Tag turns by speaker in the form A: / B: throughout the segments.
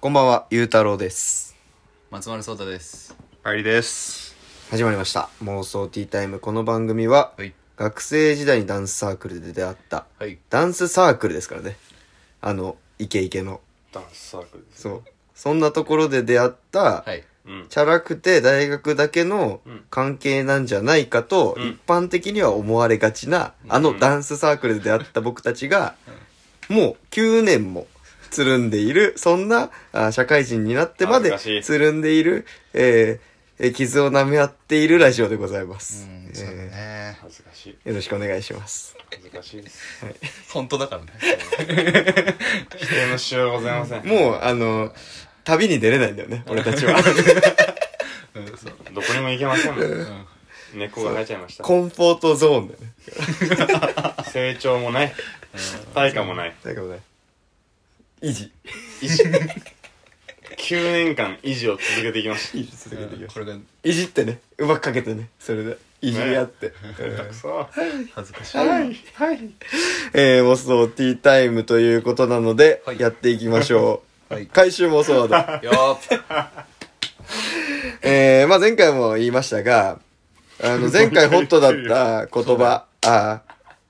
A: こんばんは、ゆうたろうです。
B: 松丸聡太です
C: パリです。
A: 始まりました。妄想ティータイム。この番組は、
B: い
A: 学生時代にダンスサークルで出会った、
B: はい
A: ダンスサークルですからね。あの、イケイケの。
C: ダンスサークルです。
A: そう。そんなところで出会った、
B: はい
C: うん。
A: チャラくて大学だけの
C: うん
A: 関係なんじゃないかと、
C: うん
A: 一般的には思われがちな、あのダンスサークルで出会った僕たちが、もう9年もつるんでいる、そんなあ社会人になってまで
C: 恥ずかしい
A: つるんでいる、えーえー傷を舐め合っているラジオでございます。
B: うん
A: え
B: そうだ
A: ー
B: ね
C: 恥ずかしい。
A: よろしくお願いします。
C: 恥ずかしいです。
B: 本当だからね
C: 否定のしようがございません。
A: もう、あの、旅に出れないんだよね、俺たちは。
B: うんそう
C: どこにも行けませんも。
B: うんん
C: 猫が生えちゃいました。
A: コンフォートゾーンだよね。
C: 成長もない。退化もない。
A: だけどね。維持。
C: 9年間維持を続けてきまし
A: 維持続けていきましょう
B: これが
A: いじってねうまくかけてねそれでいじり合って、
C: た。くそ。は
B: 恥ずかしい
A: うん
B: はい
C: い。はい。
A: えー、妄想ティータイムということなので、
B: はい
A: やっていきましょう、
B: はい
A: 回収妄想 だ
B: よーっ
A: えー、まあ前回も言いましたがあの前回ホットだった 言葉あ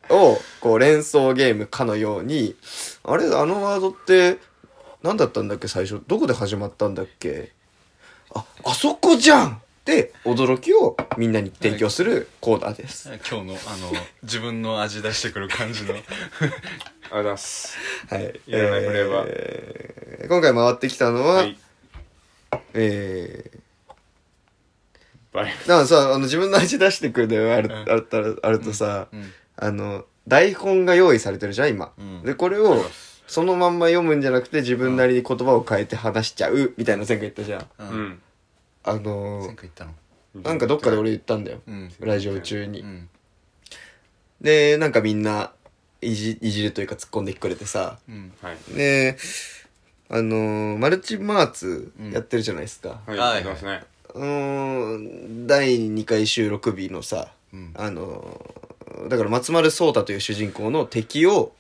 A: ーをこう連想ゲームかのようにあれあのワードって何だったんだっけ最初どこで始まったんだっけああそこじゃんって驚きをみんなに提供するコーナーです、
B: 今日のあの自分の味出してくる感じの
C: ありがとうございます。
A: はい。
C: いろんなフレーバー
A: えー今回回ってきたのは、
C: はい。
A: え
C: バイ。
A: ー、なんかさ、あの自分の味出してくるのよ、ある、
B: うん
A: あるあるあるとさ、
B: うん
A: あの、台本が用意されてるじゃん、今。
B: うん
A: で、これを、そのまんま読むんじゃなくて、自分なりに言葉を変えて話しちゃう、みたいな前回言ったじゃん。
B: う
C: うんん。
A: あ
B: 前
A: の
B: 回言ったの
A: ー、なんかどっかで俺言ったんだよ。
B: うん
A: ラジオ中
B: う
A: に。
B: ん
A: で、なんかみんな、いじ、いじるというか突っ込んできてくれてさ。
B: うん
C: はい。
A: で、あのーマルチマーツやってるじゃないですか。
C: はい。
B: は
C: あ
B: い
C: りがとうございますね。
A: うーん第2回収録日のさ、
B: うん
A: あのーだから松丸聡太という主人公の敵を、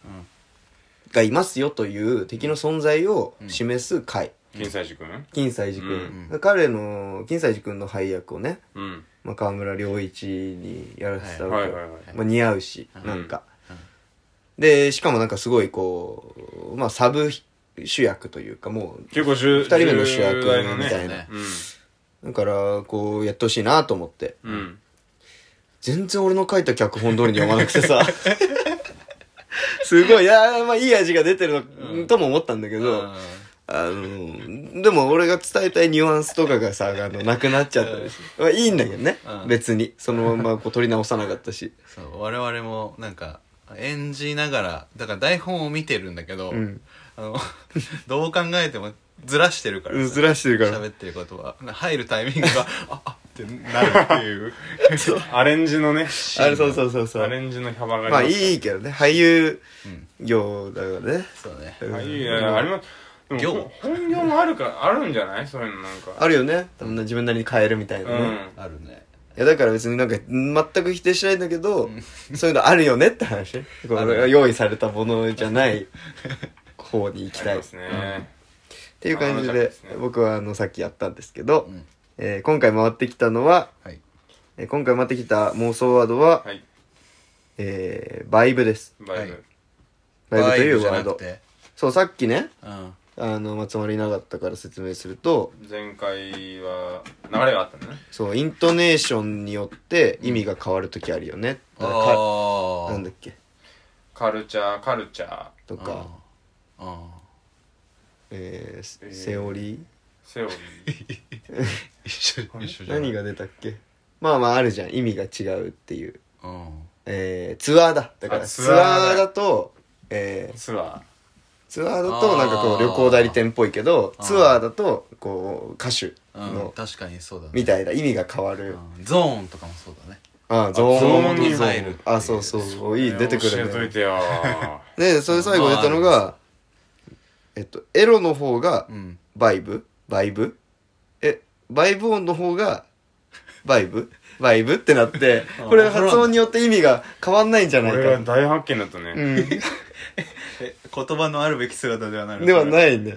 A: がいますよという敵の存在を示す回、
C: 金彩寺くん
A: 金西寺君、
B: うんうん
A: 彼の金西寺君の配役をね、
C: うん。
A: まあ、河村良一にやらせてたわ
C: は
A: け
C: い
A: よ、
C: はいはい。
A: まあ、似合うし、
B: うん
A: なんか、
B: うん
A: でしかもなんかすごいこう、まあ、サブ主役というかも
C: 結構十、
A: 二人目の主役
C: 十代のね
A: みたい
B: な
A: うだからこうやってほしいなと思って。
C: うん。うん。
A: 全然俺の書いた脚本通りに読まなくて さ。すごい、いやーまあいい味が出てるの、
B: うん
A: とも思ったんだけ
B: け
A: ど、あの、でも俺が伝えたいニュアンスとかがさ、あの、なくなっちゃったりしてまあいいんだけどね
B: う。ん
A: 別に。そのままこう取り直さなかったし。
B: そう我々もなんか演じながらだから台本を見てるんだけど、
A: うん
B: あの どう考えてもずらしてるから
A: ずらしてるから
B: 喋ってることは入るタイミングがああってなるっていう
C: アレンジのね、
A: あれ、そうそうそうそ
C: ア
A: う。
C: レンジの幅が
A: まあ
C: りす
A: いいけどね。俳優
B: うん
A: 業だからね。
B: そうね
A: うん
C: あいいねありますで
B: 行
C: もほん本業もあるかあるんじゃないそういうのなんか
A: あるよね。多分自分なりに変えるみたいなね。
C: うん
B: あるね
A: いやだから別になんか全く否定しないんだけど、そういうのあるよねって話。こ
B: ある
A: の用意されたものじゃない方に行き
C: あ
A: たい。
C: りますね
A: っていう感じ
C: あの
A: で
C: ですね
A: 僕はあのさっきやったんですけど、
B: うん
A: えー今回回ってきたのは、
B: はい
A: えー今回回ってきた妄想ワードは、
C: はい
A: えーバイブです。
C: バイ
B: はい
C: ブ
A: バイブというワー
B: バ
A: ド
B: イブ。じゃなくて
A: そう、さっきね、
B: うん
A: あの、松丸いなかったから説明すると、
C: 前回は流れがあったのね
A: そう、イントネーションによって意味が変わるときあるよね。だからか
B: ああ
A: なんだっけ
C: カルチャーカルチャー
A: とか、
B: あー
A: えー
C: えー
A: セオリー
C: セオリー
B: 一緒一緒じゃん
A: 何が出たっけまあまああるじゃん意味が違うっていう、
B: うん
A: えー、ツアーだだか
C: あ
A: ら
C: ツ
A: ツ
C: アーだ
A: アーだと、えー、
C: ツア
A: ツアーだとなんかこ
B: あ
A: う
B: ー
A: 旅行代理店っぽいけど
B: あー
A: ツアーだとこう歌手
B: うん
A: の
B: 確かにそうだね
A: みたいな意味が変わ
B: う
A: る
B: んゾーンとかもそうだね
A: あーゾ
C: ゾ
A: ー
C: ー
A: ン
C: ンに
B: 入る
A: あそうそう
C: ー
A: そういい出てく
C: 教えと
A: る
C: い
A: ね
C: てよ
A: でそれ最後出たの
B: まああ
A: がえっとエロの方が
B: うん
A: バイブバイブえ、バイブ音の方が、バイブバイブってなって、 これ発音によって意味が変わんないんじゃ
C: こ
A: ない
C: れは
A: か。
C: 大発 見だった
A: う
C: ね
A: ん。
B: え言葉のあるべき姿ではない
A: ではないいんだよ。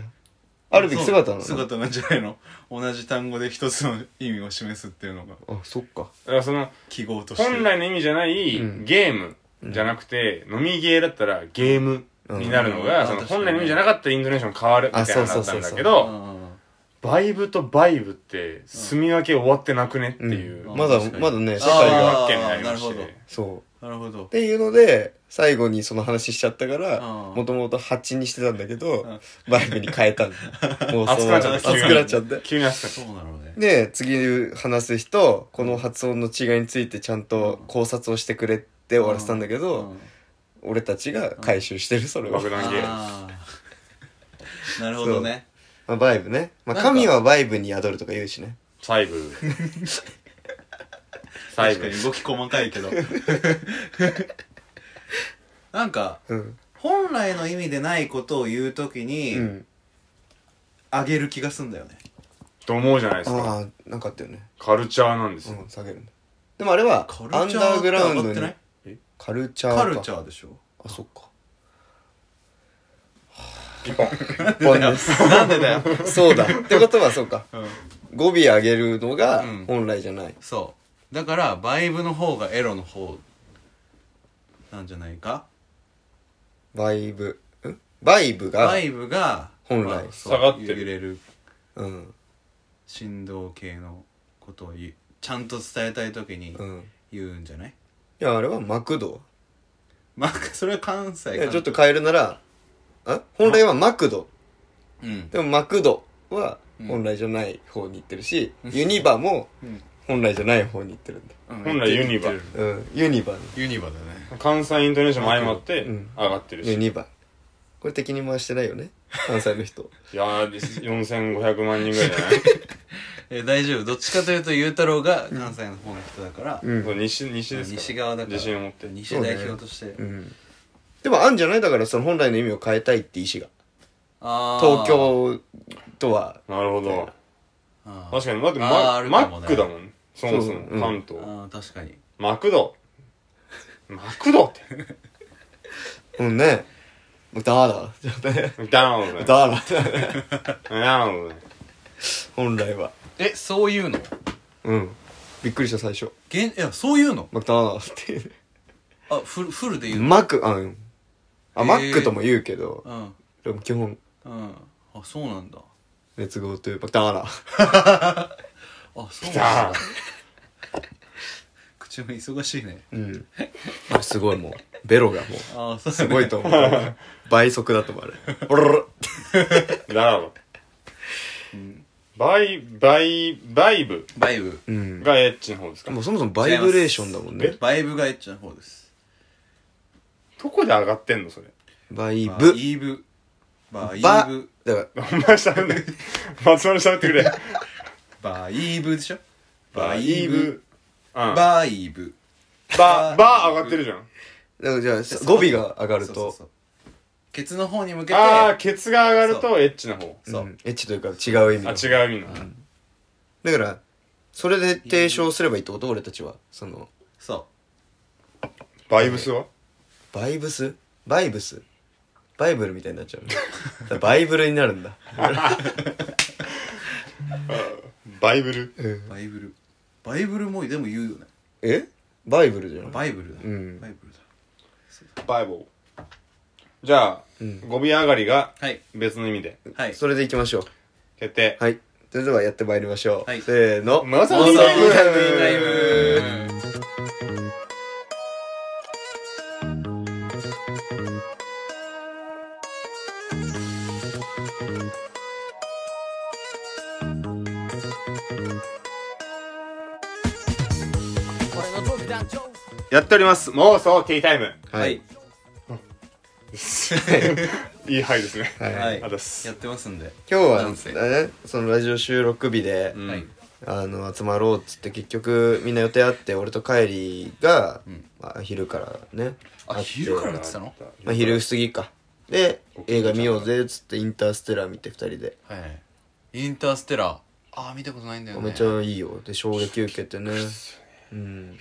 A: あるべき姿なの
B: そう姿なんじゃないの同じ単語で一つの意味を示すっていうのが
A: あそっか
C: だからその
B: 記号として
C: 本来の意味じゃない
A: うん
C: ゲームじゃなくて、飲みゲーだったらゲームになるの
B: う
C: が、
B: ん
C: その
B: 確かに
C: 本来の意味じゃなかったらインドネーション変わるみたいなの
A: あ
C: だ
A: そう
C: っ
A: そ
C: た
A: うそう
C: ん
A: そう
C: だけ
B: う
C: ど
B: んうんうん
C: バイブとバイブって住み分け終わってなくねっていう、
A: まだ
B: 確かに
A: まだね
B: あー
A: 社会
C: が
A: が
C: 発見になりまし
B: なるほ
C: て
A: そう
B: なるほど
A: っていうので最後にその話しちゃったから
B: うん
A: もともと8にしてたんだけど
B: ん
A: バイブに変えた んだもうそ
C: 熱く
A: の
C: なっちゃっ
A: 熱
C: た
A: くなっちゃって
C: 急に熱くなっちゃ
B: そうなのね
A: で次話す人この発音の違いについてちゃんと考察をしてくれって終わらせたんだけど、
B: うん
A: 俺たちが回収してるそれを、
C: 爆弾ゲー
B: あーなるほどね
A: まあ、バイブね、まあ、
B: なんか
A: 神はバイブに宿るとか言うしね
C: 細部細
B: 確か
C: 部
B: に動き細かいけど なんか
A: うん
B: 本来の意味でないことを言うときに、
A: うん
B: あげる気がすんだよね
C: と思うじゃないですか
A: ああなんかあったよね
C: カルチャーなんです
A: う
C: よ、
A: ん下げるんだでもあれは
B: カルチャ
A: ア
B: ー
A: ンダー
B: って
A: グラウンド
B: 上がってな
A: に
B: い
A: カルチャーか
B: カルチャーでしょ
A: あそっか
C: ピポン
A: ポンです
B: なんでだよ
A: そうだってことはそうか
B: うん
A: 語尾上げるのが
B: うん
A: 本来じゃない、
B: そうだからバイブの方がエロの方なんじゃないか
A: バイブんバイブが
B: バイブが
A: 本来
B: そう
C: 下がってる
B: 揺れる
A: うん
B: 振動系のことを言うちゃんと伝えたい時に
A: うん
B: 言うんじゃない、
A: いやあれはマクド
B: まあそれは関西
A: い
B: か
A: やちょっと変えるならあ本来はマクド
B: うん
A: でもマクドは
B: うん
A: 本来じゃない方に行ってるし、ユニバも
B: うん
A: 本来じゃない方に行ってるんだ。
C: 本来ユニバ
B: 言ってる
A: うん、ユニバね、
B: ユニバだね
C: 関西インドネシアも相まって
A: う
C: 上
A: ん
C: がってるし、
A: ユニバ。これ敵に回してないよ ね関西の人。
C: いやーです4500万人ぐらいじゃない
B: え大丈夫どっちかというとゆうたろうが関西の方の人だから、
A: う。
C: そうん西西ですから
B: 西側だから
C: 自信を持って
B: 西代表として、
A: うん。でもあんじゃないだからその本来の意味を変えたいって意思が。
B: あー
A: 東京とは。
C: なるほど
B: あー
C: 確かにだってマ
B: あーあるか
C: マ
B: もね
C: ックだもんそもそ
A: そう
C: も
A: うん
C: 関東、
B: あー確かに
C: マクドマクドって
A: うんね。もうダーだ。ちょっとね
C: ダウンだよ
A: ダーだ。
C: ダウンだよ
A: 本来は。
B: えそういうの
A: うん。びっくりした最初。
B: げんいやそういうの
A: マクダーだって。
B: あフルフルで言うの
A: マク、あ、うん。あ、
B: へー
A: マックとも言うけど、
B: うん
A: でも基本、
B: うんあそうなんだ
A: 熱語というマクダーだ。
B: あそうな
C: ダ
B: んだ
C: ー
B: 口も忙しいね
A: うん。あすごいもう、ベロがもう、
B: ああそうだ
A: す
B: ね
A: ごいと思う。倍速だと思う、あれ。おろろろ
C: ダウンバイバイバイブ
B: バイブ
A: うん。
C: がエッチの方で すか
A: もうそもそもバイブレーションだもんね。
B: バイブがエッチな方です
C: どこで上がってんのそれ
A: バイ
B: バ
A: ブ。
B: イーブバイ
A: バ
B: ーブ、
A: だから、
C: お前喋んない松丸喋ってくれ
B: バイーブでしょ
C: バイブうんバ
B: バイブ
C: バー上がってるじゃん
A: だからじゃあ、語尾が上がる
B: そうそ
A: と
B: うそ、うケツの方に向けて
C: ああケツが上がるとエッチな方
A: う
B: そうん
A: エッチというか違う意味
C: あ
A: の。
C: 違う意味な
A: だから、それで提唱すればいいってこと俺たちは。その、
B: そ
C: バイブスは
A: バイブスバイブスバイブルみたいになっち ゃうね。だからバイブルになるんだ。
C: バイブル
A: うん
B: うバイブルバイブルもでも言うよね
A: えバイブルじゃない
B: バイブルだ、
A: うん
B: バイブルだ
C: バイブルじゃあ
A: うん
C: 語尾上がりが
B: はい
C: 別の意味で
B: はい
A: それでいきましょう。
C: 決定
A: はい。それではやってまいりましょう。
B: はい
A: せーの。
C: マサ
B: モ
C: ミ
B: ー
C: ン
B: サ
C: タイ
B: ー
C: ム
B: タイム
C: やっております妄想ティータイム
B: はい
C: いいはいですね
A: はい。
B: はい
C: あざっす
B: やってますんで
A: 今日
B: なん
A: は
B: せ、
A: ね、そのラジオ収録日で、
C: うん
B: はい
A: あの集まろうっつって結局みんな予定あって俺と帰りが、
B: ん
A: まあ、昼からね
B: あ
A: って
B: 昼からだってたの
A: まあ、昼過ぎかで映画見ようぜっつってインターステラー見て2人で
B: はいインターステラーああ見たことないんだよね
A: めっちゃいいよで衝撃受けてねうん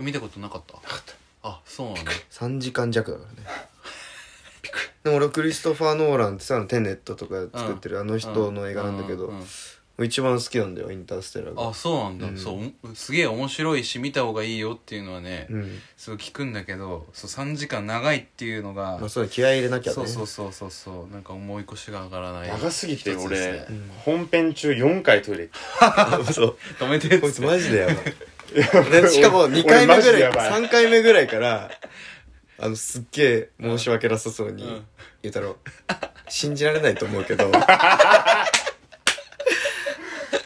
B: 見たことなかったなかったあそうなんだ
A: 3時間弱だからね
B: ピク
A: でも俺クリストファー・ノーランってさテネットとか作ってるあの人の映画なんだけど、
B: うう
A: 一番好きなんだよインターステラーが
B: あそうなんだ、
A: うん
B: そうすげえ面白いし見た方がいいよっていうのはね、
A: うん
B: すごい聞くんだけどそう3時間長いっていうのが、
A: まあそういうの気合い入れなきゃね
B: そうそうそうそうそうなんか思い越しが上がらない
C: 長すぎて
B: 一つです
C: 俺
B: ね
C: 本編中4回トイレ行っ
A: そう
B: 止めてっ
A: こい
B: つ
A: つ
B: って
A: マジでやばい
C: た
A: でしかも
C: 俺
A: 2回目
C: マジ
A: ぐ
C: で
A: らい
C: やば
A: 3回目ぐらいからあのすっげえ申し訳なさそうに
B: うん
A: 言うたろう信じられないと思うけど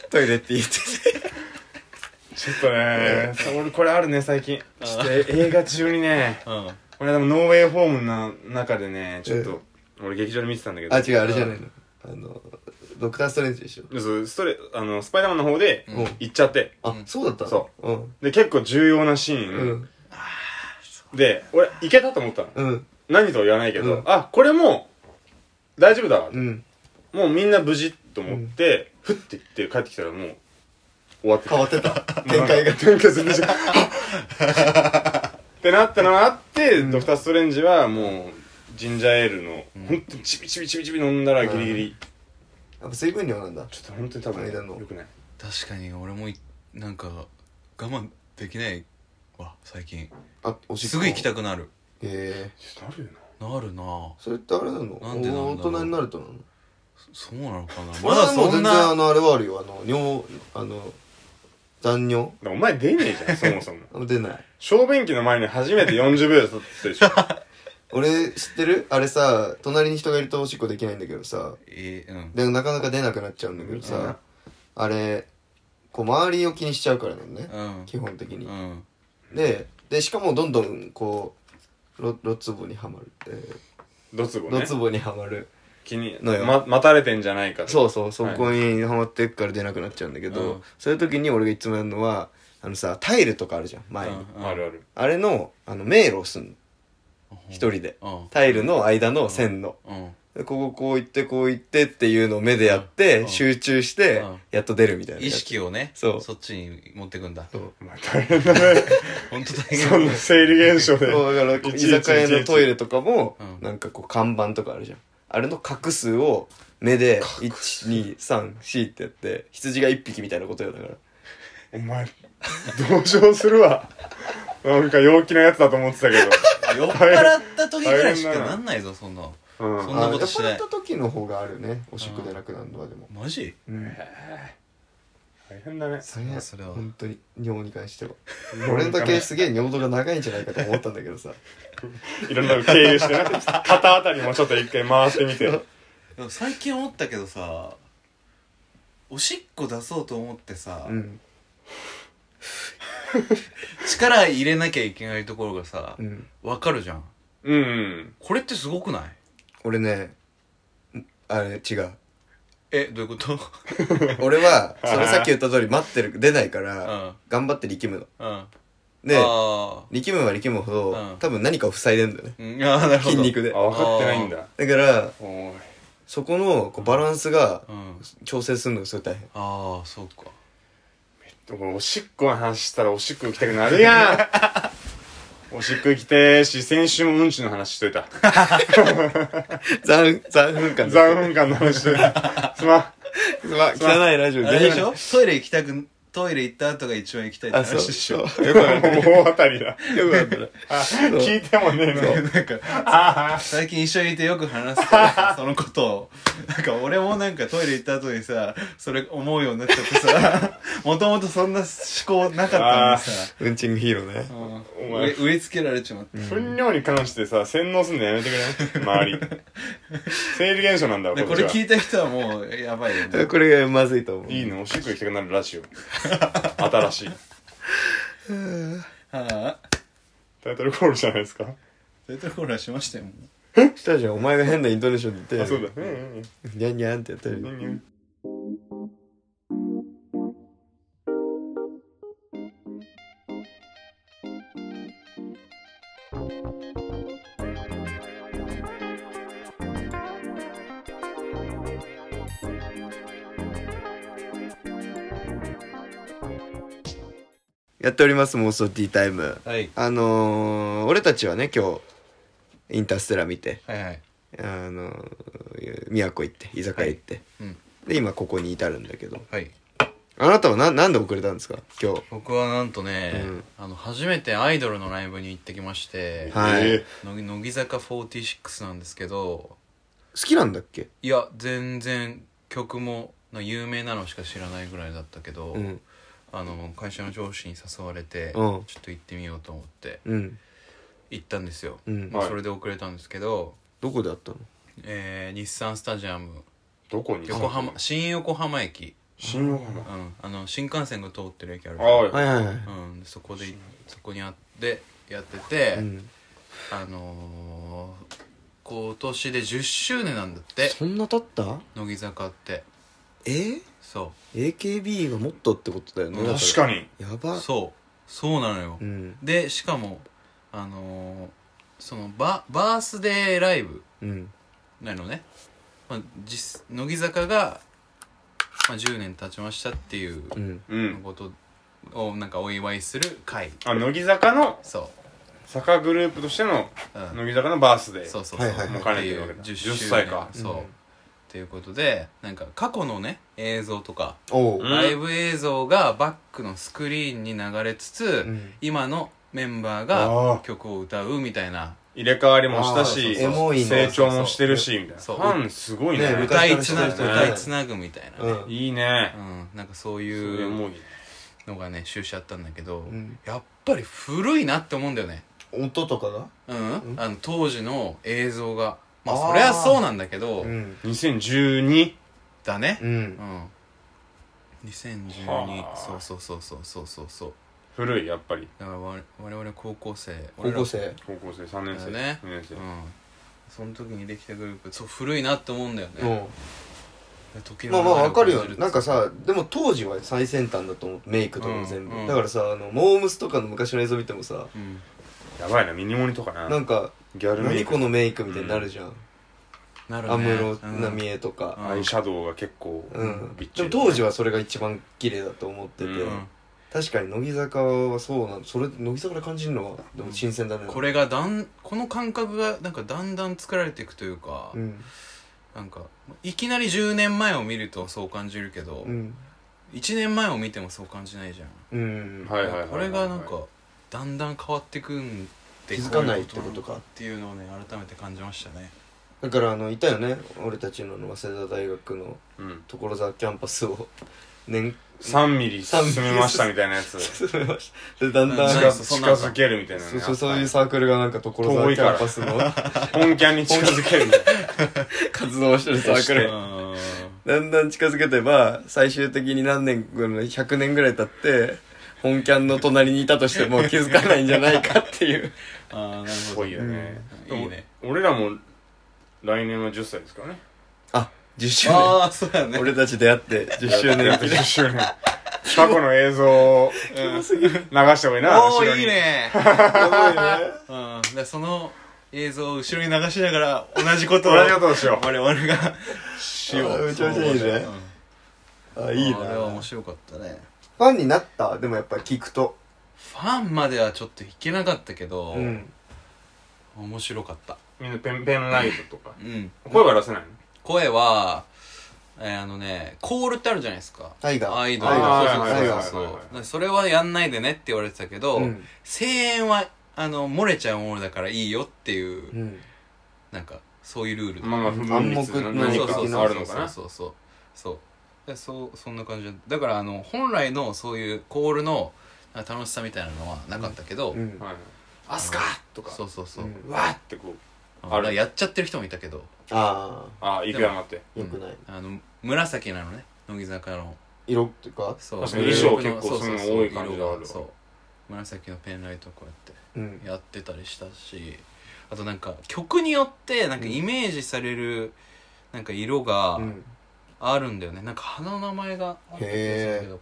A: トイレって言ってて
C: ちょっとねそう俺これあるね最近ちょっと映画中にね
B: うん
C: これでもノーウェイホームの中でねちょっと俺劇場で見てたんだけど
A: あ違うあれじゃないのあのドクター・ストレンジでしょ
C: そうストレあのスパイダーマンの方で
A: うん
C: 行っちゃって
A: あ
B: うん
A: そうだった
C: そう
A: うん
C: で結構重要なシ
A: う
C: ーン
A: ん
C: で俺行けたと思ったの
A: うん
C: 何とは言わないけ
A: う
C: ど
A: ん
C: あこれもう大丈夫だわ
A: うん
C: もうみんな無事と思ってふって行って帰ってきたらもう終わってた
A: 変わってた展開が
C: 展開するじゃんってなったのがあって、ドクター・ストレンジはもうジンジャーエールの、ほんとにチビチビチビチビ飲んだらギリギリ、
A: やっぱ水分量なんだ
C: ちょっとほんとに多分
A: 間の
C: よくない
B: 確かに俺もいなんか我慢できないわ最近
A: あおしっこ
B: すぐ行きたくなる
A: へえ
C: ちょっとあるよな
B: なるなぁ
A: それってあれなの
B: なんでなんだろ
A: 大
B: う
A: 人になるとなの
B: そそうなのかな
A: ま
B: ま
A: だ
B: だ
A: そ
B: そ
A: ん
B: ん
A: なあ
B: な
A: のあれはあるよあの尿あの残尿
C: だからお前出ねえ じゃんそもそも
A: あんま出ない
C: 小便器の前に初めて40秒で立ってるでし ょ
A: 俺知ってるあれさ隣に人がいるとおしっこできないんだけどさ
B: えーうん
A: でなかなか出なくなっちゃうんだけど
C: うん
A: さあれこう周りを気にしちゃうからなのね
B: うん
A: 基本的に
B: うん
A: ででしかもどんどんこうろろつぼにはまるえ
C: ドツボ
A: ーろ
C: ね
A: つぼにはまる
C: 気に
A: のよ
C: ま待たれてんじゃないかと
A: そうそうそこにはまってくから出なくなっちゃうんだけど、
B: うん
A: そういう時に俺がいつもやるのはあのさタイルとかあるじゃん前に、
B: うん
C: あるある
A: あれのあの迷路をすんの一人で
B: うん
A: タイルの間の線の、
B: うん
A: でこここう行ってこう行ってっていうのを目でやって、
B: うん
A: 集中して、
B: うん
A: やっと出るみたいな
B: 意識をね
A: そう
B: っちに持ってくんだ
A: そう
C: お前大変だね
B: 本当大
C: そん
B: 変
C: な生理現象で
A: そう だからこう居
C: いちいち
A: 酒屋のトイレとかも、
B: うん
A: なんかこう看板とかあるじゃんあれの画数を目で1234ってやって羊が1匹みたいなことよだから
C: お前、同情するわ。なんか陽気なやつだと思ってたけ
B: 酔っ払った時ぐらいしか
C: 大変だな
B: なんないぞそんな
C: ど。うん。
B: そんなことしない
A: あー酔っ払った時の方があるねおしっこ出なくなるのはでも
B: マジ
A: うん
C: 大変だね。
A: それは
B: それは
A: 本当に尿に関しては俺だけすげえ尿道が長いんじゃないかと思ったんだけどさ
C: いろんなの経由してね。肩あたりもちょっと一回回してみて。
B: でも最近思ったけどさおしっこ出そうと思ってさ、
A: うん
B: 力入れなきゃいけないところがさ
A: うん
B: わ、かるじゃん
C: うんうん。
B: これってすごくない
A: 俺ねあれ違う
B: えどういうこと
A: 俺 はそれさっき言った通り待ってる出ないか
B: うん
A: ら頑張って力むの
B: うん
A: で
B: あ
A: 力むは力むほ
B: う
A: ど
B: ん
A: 多分何かを塞いでんだよね
B: ーうんあーなるほど
A: 筋肉で
C: あ、分かってないんだ。
A: だから
C: おーい。
A: そこのこうバランスが
B: うん
A: 調整するのがすごい大変
B: ああそうか
C: 俺、おしっこの話したらおしっこ行きたくなるやん。おしっこ行きてーし、先週もうんちの話しといた。
A: 残残分間
C: 残分間の話しといた。すまん。
A: まあ汚いラジオ
B: あれ
A: 全
B: でし
A: 員
B: ょトイレ行きたくトイレ行った後が一番行きたいって
A: あそう
B: 話でし
A: そう
B: ょ
A: よくわかんない
C: 大当たりだ。
A: よくわかんない
C: あ聞いてもねえのに。
B: なんか最近一緒にいてよく話すそのことをなんか俺もなんかトイレ行った後にさそれ思うようになっちゃって さもともとそんな思考なかったのにさ、
A: うんちんヒーローね
B: う
C: お
B: ん、
C: 前
B: 植え植え付けられちまって、
C: 糞尿に関してさ洗脳すんのやめてくれない周り生理現象なんだわ
B: で
C: こ
B: こ
C: っち
B: れ
C: は
B: 聞いた人はもうやばいよ ね
A: これがまずいと思う
C: いいのおしっこ行きたくなるラジオ新しい
B: はあ
C: タイトルコールじゃないですか
B: そういうところはしましたよもう
A: したじゃんお前が変なイントネーションで言
C: あ
A: って
C: そうだうん
A: ニャンニャンってやってる
C: うんうん
A: やっております妄想ティータイム
B: はい
A: あのー、俺たちはね今日インターステラ見て
B: はいはい
A: あの宮古行って居酒屋行って、
B: うん
A: で今ここに至るんだけど
B: はい
A: あなたはななんで遅れたんですか今日
B: 僕はなんとね、
A: うん
B: あの初めてアイドルのライブに行ってきまして、
A: はい
C: え
B: 乃木乃木坂46なんですけど
A: 好きなんだっけ
B: いや全然曲もな有名なのしか知らないぐらいだったけど、
A: うん
B: あの会社の上司に誘われて、ちょっと行ってみようと思って
A: うん
B: 行ったんですよ、
A: うん、
B: まあ
C: はい
B: それで遅れたんですけど、
A: どこで会ったの
B: えー日産スタジアム
C: どこに
B: 横浜新横浜駅、
C: 新横
B: う
C: 浜
B: ん、あの新幹線が通ってる駅あるから
C: あ
A: はいはいはい、
B: うん、そこでそこにあってやってて、
A: うん、
B: あのー、今年で10周年なんだって
A: そんな経った
B: 乃木坂って
A: え
B: そ
A: AKB がもっとってことだよね
B: うん
A: だ
C: 確
A: ら
C: かに
A: や
B: う
A: ば
B: そうそうなのよ、
A: うん
B: でしかもあのー、そのババースデーライブ
A: うん
B: なのね、まあ、実乃木坂が、まあ、10年経ちましたっていう
A: うん
C: うん
B: ことをなんかお祝いする会
C: あ乃木坂の
B: そ
C: 坂グループとしての
B: う、うん、
C: 乃木坂のバースデー
B: そうそうそう、
A: はいはいはい
C: もう兼ね
B: って
C: て
B: い
C: るわけ
B: う
C: だ
B: 10周年
C: 10歳か
B: そう、
A: うん
B: っていうことでなんか過去のね映像とか、
A: おう
C: うん
B: ライブ映像がバックのスクリーンに流れつつ、
A: ん
B: 今のメンバー
C: あ
B: が
C: ー
B: 曲を歌うみたいな
C: 入れ替わりもしたし
A: あーそうそうそうエモいの
C: 成長もしてるしみたいなフ
B: そう
C: ァンすごい
A: ね
C: ね
B: 歌い
A: 昔
B: つ
A: か
B: な
A: ら
B: ぐ
A: して
C: る人
B: 歌いつなぐみたいなね、
A: うん
C: いい
B: うん
C: ね
B: なんかそうい
C: そういう
B: う
C: 思い
B: のがね終始あったんだけど、
A: ん
B: やっぱり古いなって思うんだよね
A: 音とかが
B: うん、
A: ん
B: あの当時の映像がま
A: あー
B: あそりゃそうなんだけど、
A: ん
C: 2012
B: だね
A: うん
B: うん
C: は
B: 2012
C: あ
B: そうそうそうそうそうそうそう
C: 古いやっぱり
B: だから我我々高校生
A: 高校生
C: 高校生3
B: 俺ら
C: 年生
B: だね
C: 2年生
B: うんその時にできたグループそう古いなって思うんだよ
A: う
B: ね
A: ん
B: 時
A: まあ
B: の
A: まあわかる
B: 流れを
A: よ
B: 感じ
A: なんかさでも当時は最先端だと思うメイクとかも全部、
B: うんうん
A: だからさあのモームスとかの昔の映像見てもさ
B: うん
C: やばいなミニモニとか
A: な
C: なん
A: か
C: ギャルメイ
A: 何
C: ク
A: このメイクみたいになるじゃん
B: なるね
A: 安室
B: うん
A: 奈美恵とか
C: アイシャドウが結構
A: うん
C: びっち
A: で
C: り
A: も当時はそれが一番綺麗だと思ってて、
C: う
A: 確かに乃木坂はそうなのそれ乃木坂で感じるのはでも新鮮だね、
B: これがだんこの感覚がなんかだんだん作られていくというか、
A: うん
B: なんかいきなり10年前を見るとそう感じるけど、
A: うん
B: 1年前を見てもそう感じないじゃん
A: うん、
C: はいはいはいはいはい
B: これがなんかだんだん変わってくんで
A: 気づかないってことか
B: こういうのっていうのをね改めて感じましたね
A: だからあのいたよね俺たちの早稲田大学の
C: うん
A: 所沢キャンパスを 年
C: 3ミリ進めましたみたいなやつ近
A: 進めましたでだんだん
B: うん
A: 近
B: なんか
C: づけるみたいなの
A: そう
C: ね
A: そうそういう
C: あっ
A: サークルがなんか所沢キャンパスの
C: たね本キャンに近づけるみたいな
A: 活動してるサーク
C: う
A: ル
B: ん
A: だんだん近づけてば最終的に何年この100年ぐらい経って本キャンの隣にいたとしても気づかないんじゃないかっていう
B: あーなる
C: っ
B: ほど
C: ぽいよね
B: うんいいね
C: でも俺らも来年は10歳ですからね
A: あ10周年
B: ああそうだね
A: 俺たち出会って10周
C: や
A: 年
C: っと10周年 過去の映像を流してもいいな
B: おお
C: 後ろ
B: ー
C: に
B: いいね
A: やばいね
B: うんでその映像を後ろに流しながら同じことを
C: 同じことをしよう
B: 我々がしよ
A: あー
B: う
A: めちゃめちゃいいね
B: うん
A: あいい
B: あれは面
A: な
B: 白かったね
A: ファンになったでもやっぱり聞くと
B: ファンまではちょっといけなかったけど、
A: うん
B: 面白かった
C: みんなペンペンライトとか
B: うん
C: 声は出せないの
B: 声は、えーあのねコールってあるじゃないですか
A: タイガー
B: アイドル
C: あ
B: そうそう
C: ー
B: そう
C: はい
B: そ
C: は
B: うそうそれは
C: いはい
B: やんないでねって言われてたけど、
A: うん
B: 声援はあの漏れちゃうものだからいいよっていう、
A: うん
B: なんかそういうルール
C: まあまあ不分率
A: 暗黙
C: 何
B: そう
A: の
B: そう
A: 的
C: か
B: そ
C: あ
B: うそうそ
C: るのか
B: う
C: な
B: そうそうそうでそうそんな感じだだからあの本来のそういうコールのなんか楽しさみたいなのはなかったけど、
A: うん
C: はい
A: アスカとか
B: そうそうそう、
A: うん
C: うわーってこう
B: あだからやっちゃってる人もいたけど
A: あ
C: ああいくらなって
A: あよくない
B: あの紫なのね乃木坂の
A: 色っていうか
B: そう
C: 確
A: かに
C: 衣装結
B: そ
C: 構
B: う
C: そういうの
B: そう
C: 多い感じがあるわ
B: そう紫のペンライトをこうやっ
A: うん
B: てやってたりしたしあとなんか曲によってなんかイメージされるなんか色が
A: うん
B: あるんだよねなんか花の名前があった気がするけど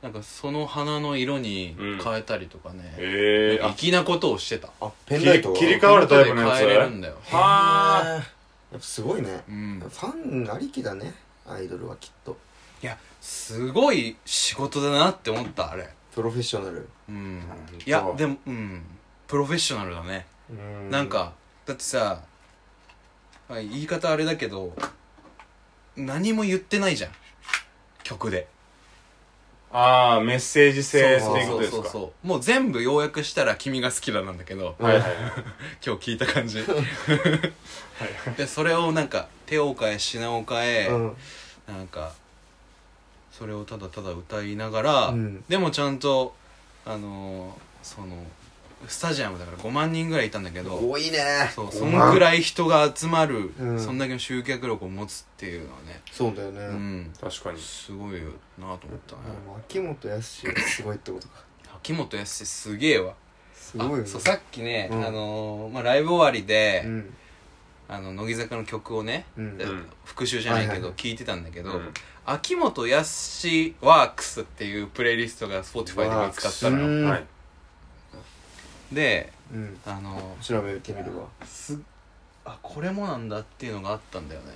B: なんかその花の色に変えたりとかね、
C: ええ
B: なんか
C: あ
B: 粋なことをしてた
A: あペンライト
C: 切り切り替わるタイプのやつ
B: 変えれるんだよ
A: あ
C: はあ
A: やっぱすごいね
B: う
A: フ
B: ん
A: ァンありきだねアイドルはきっと
B: いやすごい仕事だなって思ったあれ
A: プロフェッショナル
B: うん
C: 本当
B: いやでもうんプロフェッショナルだねなんかだってさ
D: まあ言い方あれだけど何も言ってないじゃん曲で
C: ああメッセージ性って
A: そう
C: いうことですか
D: そうそうもう全部要約したら「君が好きだ」なんだけど
C: はいはいはい
D: 今日聞いた感 じでそれをなんか手を変え品を変え、
A: うん
D: なんかそれをただただ歌いながら、
A: うん
D: でもちゃんとあのーそのスタジアムだから5万人ぐらいいたんだけど
A: 多いね
D: そうそんくらい人が集まる、
A: うん
D: そんだけの集客力を持つっていうのはね
A: そうだよ
D: う
A: ね
D: ん
C: 確かに
D: すごいよなと思ったね
A: 秋元康がすごいってことか
D: 秋元康すげえわ
A: すごいよね
D: あそうさっきね、
A: うん
D: あのーまあ、ライブ終わりで、
A: うん
D: あの乃木坂の曲をね、
A: うん
D: で
C: うん
D: 復習じゃない
A: は
D: け
A: いはい
D: ど聞いてたんだけど、
C: うん
D: 秋元康ワークスっていうプレイリストが Spotify で見つかった
A: ワーク
D: の
A: うん
C: はい
D: で
A: うん
D: あの
A: 調べてみれば
D: すあこれもなんだっていうのがあったんだよね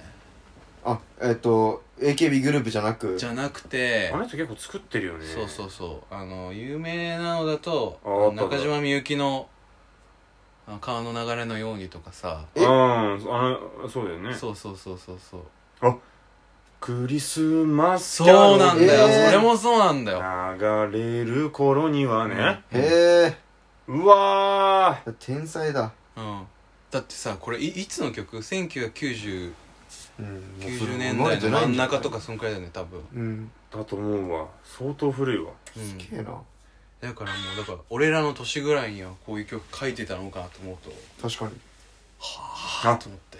A: あえっ、と AKB グループじゃなく
D: じゃなくて
C: あの人結構作ってるよね
D: そうそうそうあの有名なのだと
C: ああったんだ
D: 中島みゆきの「あ川の流れのように」とかさ
A: え
C: うんあのそうだよね
D: そうそうそうそうそう
C: クリスマス
D: そうなんだよ、
A: えー
D: それもそうなんだよ
C: よ流れる頃にはね、
A: へ
C: うわ
A: え天才だ
D: うんだってさこれいいつの曲1990
A: うんもうそれ
D: 90年代の真ん中とかそんくらいだよね多分、
A: うん
C: ーだと思うわ相当古いわ
D: うん
A: すげえな
D: だからもうだから俺らの年ぐらいにはこういう曲書いてたのかなと思うと
A: 確かに
D: はあと思って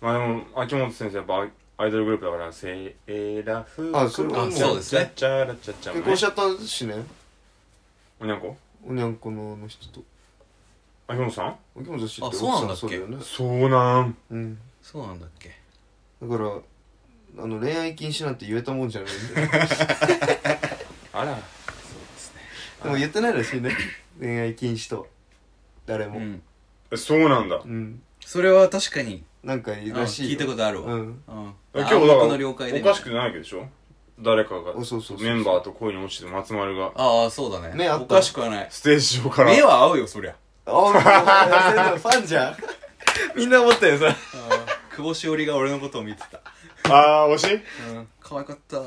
C: まあでも秋元先生やっぱアイドルグループだから「セーラフ
A: あそれはもう
D: そうですね
C: チャラチャチャ」
A: 結
C: もね
A: 婚しちゃったしね
C: おにゃんこ
A: おにゃんこのの人と
C: 秋元さん
A: 秋元氏って
D: あそうなんだ
A: 奥
D: っけ
A: さそうだよね
C: そうなん
A: うん
D: そうなんだっけ
A: だからあの恋愛禁止なんて言えたもんじゃないんだよ
C: あら
D: そうですね
A: でも言ってないらしいね恋愛禁止とは誰
D: う
A: も
D: ん
C: えそうなんだ
A: うん、
D: それは確かに
A: なんかい
D: うん
A: るらしい
D: 聞いたことあるわ
A: う
D: うん
A: ん
C: 今日だ
D: 暗
C: から
D: 黙
C: お
D: の了解で
C: かしくないわけでしょ誰かが
A: おそうそうそう
C: メンバーと恋に落ちて松丸が
D: ああそうだね
A: 目合った
D: おかしくはない
C: ステージ上から
D: 目は合うよそりゃ
A: あお前忘れてたファンじゃ んみんな思ったよさ
D: 久保しおりが俺のことを見てた
C: ああ惜しい
D: うん可愛かった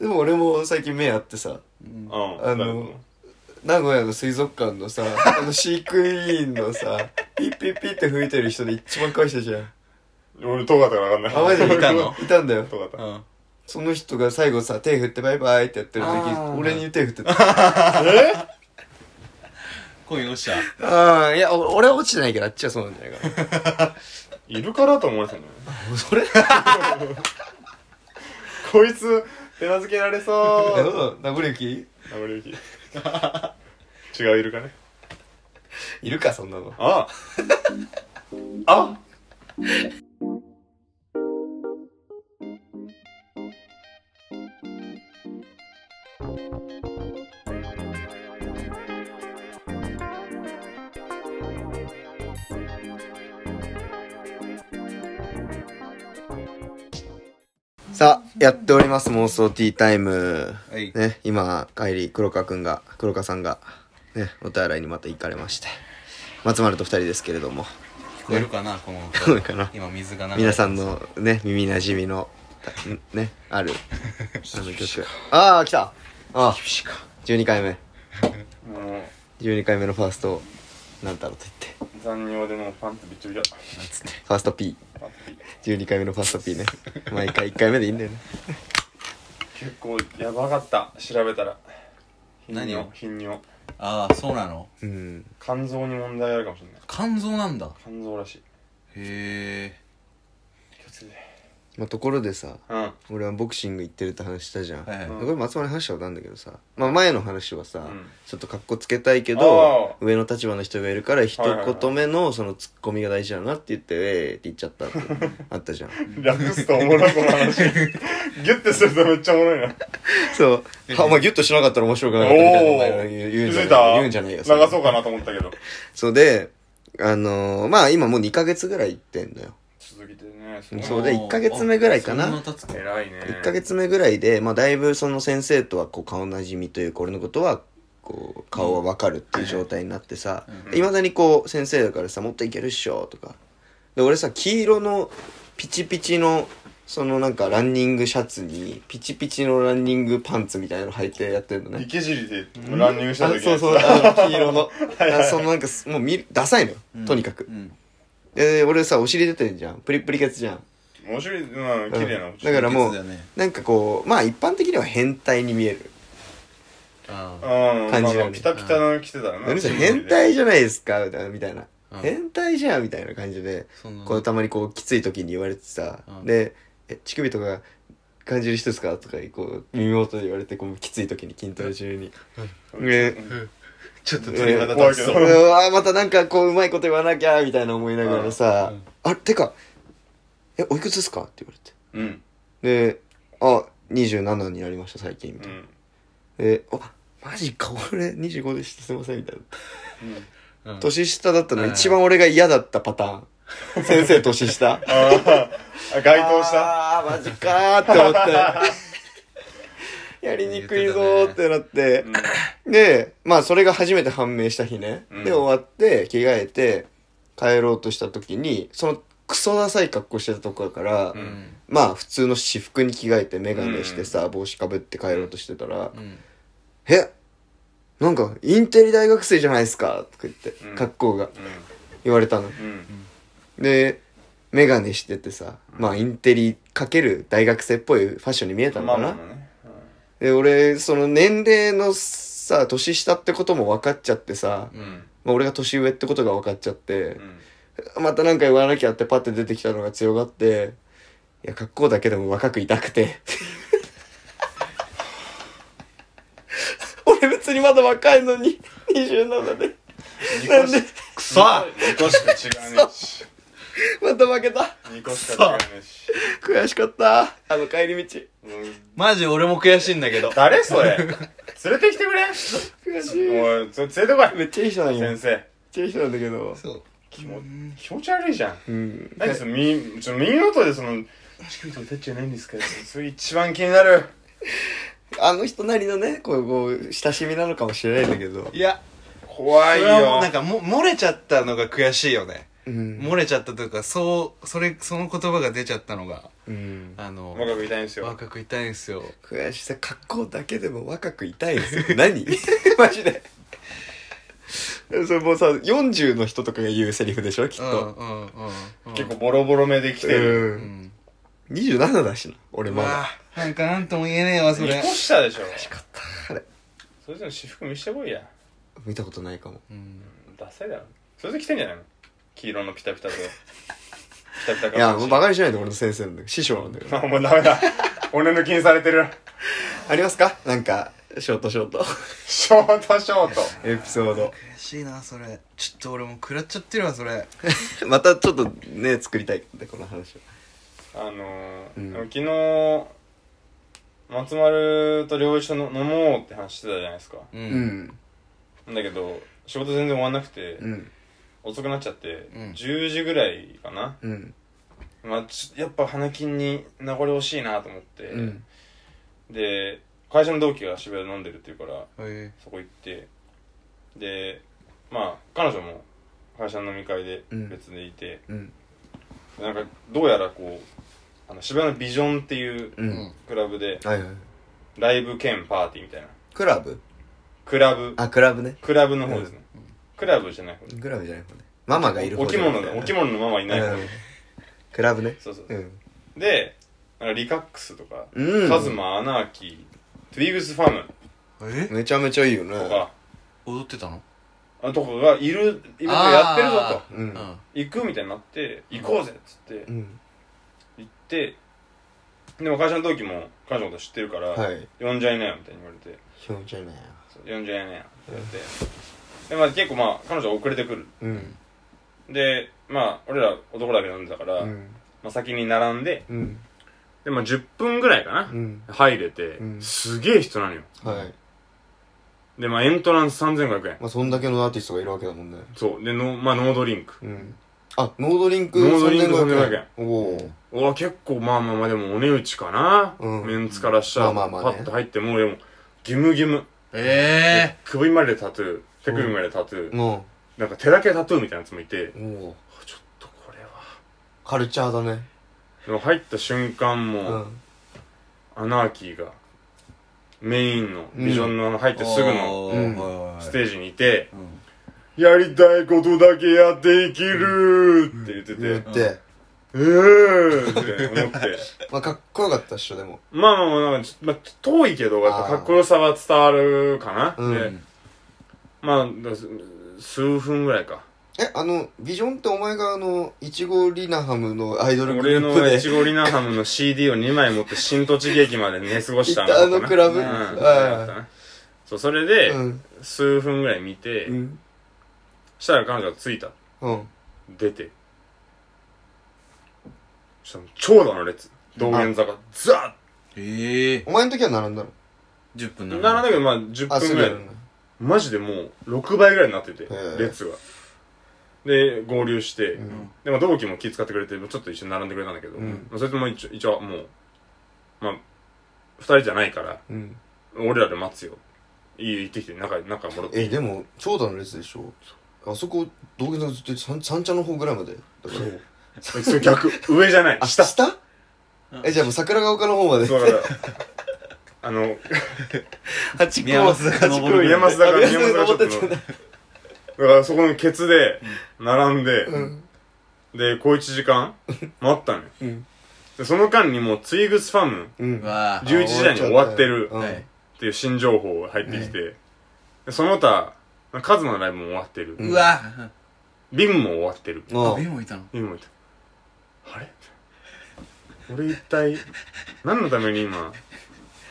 A: でも俺も最近目あってさ
D: う
C: う
D: ん
C: んあ
A: の名古屋の水族館のさあの飼育員のさピッピッピッって吹いてる人で一番可愛い人じゃん
C: 俺遠かったから分かんない
A: あマジで
D: いたの
A: いたんだよ
C: 遠かった
D: うん
A: その人が最後さ手振ってバイバイってやってる時
C: あー
A: 俺に手振ってた
D: 恋落ちた
A: ああいやお俺は落ちてないけどあっちはそうなんじゃないかな
C: いるからと思われてたのよ
A: それ
C: こいつ手なずけられそ う
A: 名残雪
C: 名残雪違うイルカね
A: いるかそんなの
C: ああ
A: さあやっております妄想ティータイム
D: はい
A: ね今帰り黒川くんが黒川さんがねお手洗いにまた行かれまして松丸と二人ですけれども
D: 聞こえるかなこの音
A: 聞こえるかな
D: 今水が流れて
A: 皆さんのね耳なじみのんねあるあの曲ああ来たああ12回目
C: もう
A: 12回目のファーストなんだろうと言って
C: 残尿でもうパンツびっちょびちょ
D: なんつって
A: ファースト P12
C: パンツび
A: 回目のファースト P ね毎回1回目でいいんだよね
C: 結構やばかった調べたら頻
D: 何
C: 尿
D: を
C: 頻尿
D: ああそうなの
A: うん
C: 肝臓に問題あるかもしれない
D: 肝臓なんだ
C: 肝臓らしい
D: へえ
C: 気をつけて
A: まあところでさ
C: うんうん
A: 俺はボクシング行ってるって話したじゃん、
D: はいはい
A: これ松丸の話はなんだけどさ、まあ、前の話はさ、
C: ん
A: ちょっと格好つけたいけど
C: あ
A: 上の立場の人がいるから一
C: はいはい
A: 言目のそのツッコミが大事だなって言って「ええ」って言っちゃったって あったじゃん
C: 略すとおもろいこの話ギュッてするとめっちゃおもろいな
A: そう「あお前ギュッとしなかったら面白くない」みたいなお前言う言うん
C: 気
A: じゃな
C: づ
A: いい
C: た
A: 言うんじゃないよ
C: 流
A: そ
C: そ
A: れ
C: うかなと思ったけど
A: そうであのーまあ今もう2ヶ月ぐらい行ってんだよ
C: 続けてねすごい
A: そうで1ヶ月目ぐらいかな
D: あそん経つか
C: 偉いね
A: 1ヶ月目ぐらいで、まあ、だいぶその先生とはこう顔なじみというか俺のことはこう顔はわかるっていう状態になってさ
D: うん
A: いま、未だにこう先生だからさ「もっといけるっしょ」とかで俺さ黄色のピチピチのそのなんかランニングシャツにピチピチのランニングパンツみたいなの履いてやってるのね
C: 池尻でランニングした
A: あ
C: 時
A: そうそうあの黄 色のあそのなんかすもう見るダサいのよ、
B: うん
A: とにかく
B: うん
A: で俺さお尻出てんじゃんプリプリケツじゃん
C: 面白いうん綺麗
A: う
C: な
A: んだからもう
B: 清潔だね
A: なんかこうまあ一般的には変態に見える
B: あ
C: うん
A: 感じだね
C: まあピタピタの着てたらな
A: 何それ変態
C: じ
A: じゃないですかみたいなみたいな、
B: うん
A: 変態じゃんみたいな感じで
B: そんな
A: こうたまにこうきつい時に言われてさ、
B: うん
A: でえ乳首とか感じる人ですかとかこう耳元で言われてこうきつい時に筋トレ中に、ね
B: ちょっと
A: 鳥肌
C: 立ちそう
A: うわまたなんかこううまいこと言わなきゃみたいな思いながらさ「あてかえおいくつですか?」って言わ
C: うん
A: れてで「あ27になりました最近」み
C: う
A: たいなんで「あマジか俺25でしたすいません」みたいな
C: うん
B: うん
A: 年下だったのが
B: うん
A: 一番俺が嫌だったパターン先生年下
C: あーあ該当した
A: あーマジかーって思ってやりにくいぞーってなって
C: うん
A: で、まあそれが初めて判明した日ね。
C: うん
A: で、終わって、着替えて、帰ろうとした時に、そのクソダサい格好してたとこだから、
C: う
B: うんん
A: まあ普通の私服に着替えてメガネしてさ、帽子かぶって帰ろうとしてたら、
B: うん
A: えなんかインテリ大学生じゃないですかとか言って
C: うん、
A: 格好が言われたの。
C: うんうん
A: で、メガネしててさ、まあインテリかける大学生っぽいファッションに見えたの
C: まあ
A: か
C: まあ
A: な
C: まあね
A: で、俺、その年齢のさ、年下ってことも分かっちゃってさ、
C: うん
A: まあ、俺が年上ってことが分かっちゃって
C: う、ん
A: またなんか言わなきゃってパッて出てきたのが強がって、いや、格好だけでも若くいたく て。俺別にまだ若いのに、27で。
C: 二
A: な
C: 個
A: ん
C: し
A: で、
B: くそ
C: 二個しか違わねえし
A: また負けた。
C: 二個しか違わねえし
A: 悔しかった。あの帰り道。
C: うん
B: マジ俺も悔しいんだけど
C: 誰それ連れてきてくれ
A: 悔しい。
C: おいそれ連れてこ
A: めっちゃいい人なん
C: い
A: よ。め
C: 先
A: っ
C: 生
A: ちゃいい人なんだけど。
B: そう
C: 気持気持ち悪いじゃん
A: うん。
C: 何その耳ちょ耳元でその乳首とか立っちゃいないんですかそれ一番気になる
A: あの人なりのね、こう、こう、親しみなのかもしれないんだけど。
B: いやそ
C: 怖い
B: れはも
C: よ
B: うなんかも漏れちゃったのが悔しいよね
A: うん。
B: 漏れちゃったというかそうそれその言葉が出ちゃったのが
A: うん。
B: あの
C: 若くいたいんですよ
B: 若くいたいんすよ
A: 悔しさ格好だけでも若くいたいですよ何 マジでそれもうさ40の人とかが言うセリフでしょきっ
B: うんうん
A: と、
B: うんうん
C: 結構ボロボロ目で来てる
A: う、
B: うんん
A: 27だしな俺
B: う
A: ま
B: わ
A: だ
B: ぁなんかなんとも言えねえわそ
C: 2
B: れ
C: 個下でしょ
A: あれ
C: それじゃ私服見してこいや
A: 見たことないかも
B: うん
C: ダサいだろそれで来てんじゃないの黄色のピタピタとピタピタ
A: いやもうバ
C: カ
A: カにしないで俺の先生なんだけど師匠なんだけど
C: あもうダメだ俺の気にされてる
A: ありますかなんかショートショート
C: ショートショート
A: エピソード
B: 悔しいなそれちょっと俺もう食らっちゃってるわそれ
A: またちょっとね作りたいでこの話を
C: あのー
A: うん
C: でも昨日松丸と両一との飲もうって話してたじゃないですか
B: う
A: うんん
C: だけど仕事全然終わんなくて、
A: うん
C: 遅くなっちゃって、
B: うん
C: 10時ぐらいかな、
A: うん
C: まあ、ちょやっぱ花金に名残惜しいなと思って、
A: うん
C: で会社の同期が渋谷で飲んでるって言うから
B: へ
C: そこ行ってでまあ彼女も会社の飲み会で
A: うん
C: 別でいて、
A: うん
C: なんかどうやらこうあの渋谷のビジョンっていう
A: う
B: えうんん
C: クラブで
A: はいはい
C: ライブ兼パーティーみたいな
A: クラブ
C: クラブ
A: あクラブね
C: クラブの方ですね、クラブじゃない方
A: クラブじゃない方ねママがいる方
C: お着物のお着物のままいない方、
A: うんクラブね
C: そうそう、
A: うん
C: でなんかリカックスとか、
A: うん
C: カズマアナーキートゥイグスファム
B: え
A: めちゃめちゃいいよ
C: と
A: ね
C: か、
B: 踊ってたの
C: あとかがいるイベントやってるぞと
B: あー
A: うん
C: 行くみたいになって行こうぜっつって
A: うん
C: 行ってでも会社の同期も彼女のこと知ってるから、
A: はい
C: 呼んじゃいなよみたいに言われて
A: 気持ちいいね
C: そう呼んじゃいなよって言われてで、まあ、結構まあ彼女遅れてくる
A: うん
C: でまあ俺ら男だけ飲んでたから、
A: うん
C: まあ、先に並んで
A: うん
C: で、まあ、10分ぐらいかな、
A: うん
C: 入れて、
A: うん
C: すげえ人なのよ
A: はい
C: で、まあ、エントランス3500円
A: まあそんだけのアーティストがいるわけだもんね
C: そうでの、まあ、ノードリンク
A: うんあノードリンク
C: ノードリンク
A: 3500円おお
C: うわ結構まあまあまあでもお値打ちかな、
A: うん
C: メンツからしたら、
A: まあまあまあね
C: パッと入ってもうでもギムギム
B: え
C: 首までタトゥー手首までタトゥー、
A: の
C: なんか手だけタトゥーみたいなやつもいて、
A: おお
C: ちょっとこれは
A: カルチャーだね
C: でも入った瞬間
A: う
C: も、
A: ん
C: アナーキーがメインのビジョンの入ってすぐの
B: お
A: う
B: ー
A: ん
B: はいはいはい
C: ステージにいて、
B: うん
C: やりたいことだけやっていけるって言ってて、
A: 言って、
C: うーんって思って。
A: まあ、かっこよかったっしょでも
C: まあまあまあなんかちょ、まあ、遠いけど、やっぱかっこよさは伝わるかな。
A: うん
C: で、まあ、だす数分ぐらいか。
A: えあのビジョンってお前があのいちごリナハムのアイドルグル
C: 俺
A: ープ
C: の
A: で
C: いちごリナハムの CD を2枚持って新土地劇まで寝過ごし
A: 行
C: た
A: ったあの
C: かな
A: クラブ、
B: うん
A: あ
C: そう、それ
A: あ
C: で
A: う、ん
C: 数分ぐらい見て、
A: うん
C: したら彼女が着いた。
A: うん
C: 出てそしたら長蛇の列道玄坂ザ
B: ええ
A: お前の時は並んだの
B: 10分
C: ーッ並ん
B: な
C: だ
B: の
C: けどまあ10
A: あす
C: 分
A: ぐ
C: ぐ
A: や
C: らい
A: るんだ
C: マジでもう6倍ぐらいになってて
A: ー
C: 列がで合流して、
A: うん
C: でも同期も気遣ってくれてちょっと一緒に並んでくれたんだけど、
A: うん
C: まあそれとも一応一応もうまあ2人じゃないから
A: うん
C: 俺らで待つよいいよ行ってきて中中戻って
A: えでも長蛇の列でしょあそこ道玄坂ずっと三三茶の方ぐらいまでだから
C: そう それ逆上じゃない
A: あ
C: 下
A: 下えじゃあもう桜ヶ丘の方まで
C: そ うだからあの
A: 八
B: 宮益坂登るぐらい
C: 山
A: あ
C: 須坂
A: 宮益
C: 宮益
A: 坂
C: 坂
A: 登
C: ち
A: っ
C: ょっと
A: てたんだ
C: だからそこのケツで並んで、
A: うん
C: で小1時間待ったのよ
A: うん
C: でその間にもうツイグスファム
A: うん
B: うわ
C: 11時台に終わってる
A: うん
B: はい
C: っていう新情報が入ってきて、でその他カズマのライブも終わってる、
A: ん
B: うわ
C: ビンも終わってる
A: あ
B: あビンもいたの
C: ビンもいたあれ俺一体何のために今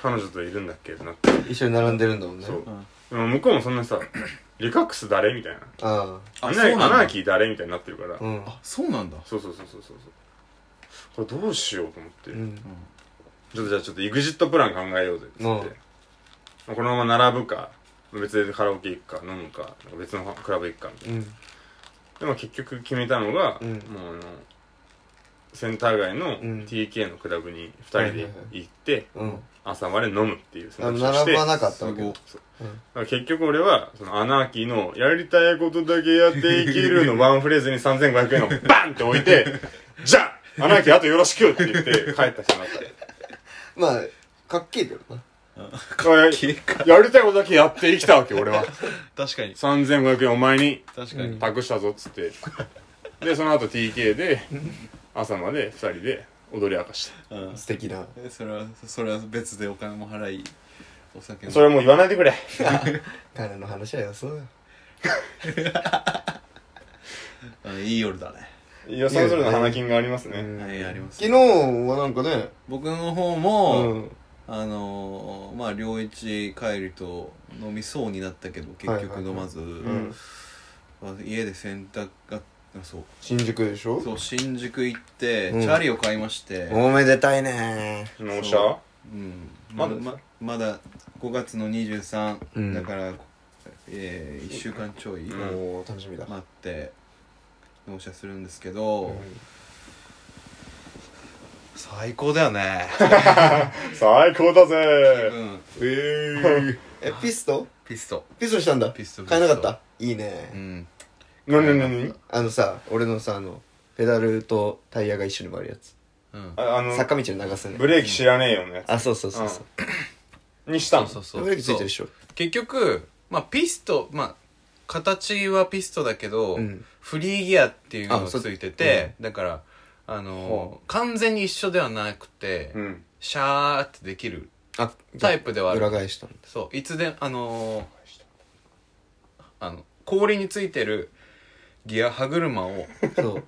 C: 彼女といるんだっけってなって
A: 一緒に並んでるんだもんね
C: そう
B: うん
C: でも向こうもそんなさリカックス誰みたいな
A: あ
C: ア
B: あ
C: ナ
B: そう
C: アナ
B: な
C: ー
B: んだ
C: キー誰みたいになってるから、
A: あうん
B: あそうなんだ
C: そうそうそうそうそうそうこれどうしようと思って、
A: うん
C: ちょっとじゃあちょっと EXIT プラン考えようぜっつって、このまま並ぶか別でカラオケ行くか飲むかなんか別のクラブ行くかみたい
A: うん
C: なでも結局決めたのが、
A: うん
C: もうあのセンター街
A: う
C: の
A: ん
C: TK のクラブに2人で行って、
A: うん
C: 朝まで飲むっていう選
A: あ
C: 択
A: の
C: 肢をして
A: 並ば
C: だか
A: なかったわけだ
C: ら結局俺はそのアナーキーの「やりたいことだけやっていける」の ワンフレーズに3500円を バンって置いて「じゃあアナーキーあとよろしく!」って言って帰った人になった
A: まあかっけえけどな
B: 結果
C: やりたいことだけやって生きたわけ俺は
B: 確かに
C: 3500円お前に
B: 確かに
C: 託したぞっつってでその後 TK で朝まで2人で踊り明かした
B: うん
A: 素敵な
B: えそれはそれは別でお金も払いお酒も
C: それはもう言わないでくれ
A: 彼の話はよそうよ
B: うんいい夜だね
C: いやそれぞれの花金がありますね
B: はいあります
A: 昨日はなんかね
B: 僕の方もあのーまあ良一帰りと飲みそうになったけど結
A: はいはいはい
B: 局飲まず
A: うん
B: まあ家で洗濯があそう
A: 新宿でしょ
B: そう新宿行って、
A: うん
B: チャリを買いまして
A: おめでたいね
C: 納車
B: うん
C: ま
B: ま
C: だ
B: だままだ5月の23、
A: うん
B: だから、え1週間ちょい
C: うん
B: 待
A: おー楽しみだ
B: って納車するんですけど、最高だよね
C: 最高だ
B: う
C: ぜ
B: ん
A: えーえピスト
B: ピスト
A: ピストしたんだ
B: ピスト
A: 買えなかっ
B: ピ
A: たいいうね
B: ん
C: なになになに
A: あのさ俺のさあのペダルとタイヤが一緒に回るやつ
B: うん
C: ああの
A: 坂道に流すね
C: ブレーキ知らねえよのや
A: あそうそうそうそう
C: つにしたの
B: そうそう
A: ブレーキついてるでしょ
B: 結局、まあ、ピスト、まあ、形はピストだけど、
A: うん
B: フリーギアっていうの
A: あ
B: が
A: そ
B: つ
A: う
B: いてて、だからあの完全に一緒ではなくて、
C: うん
B: シャーってできる
A: あ
B: タイプではあ
A: 裏
B: る
A: 返したんだ
B: そういつであのあの氷についてるギア歯車を
A: そう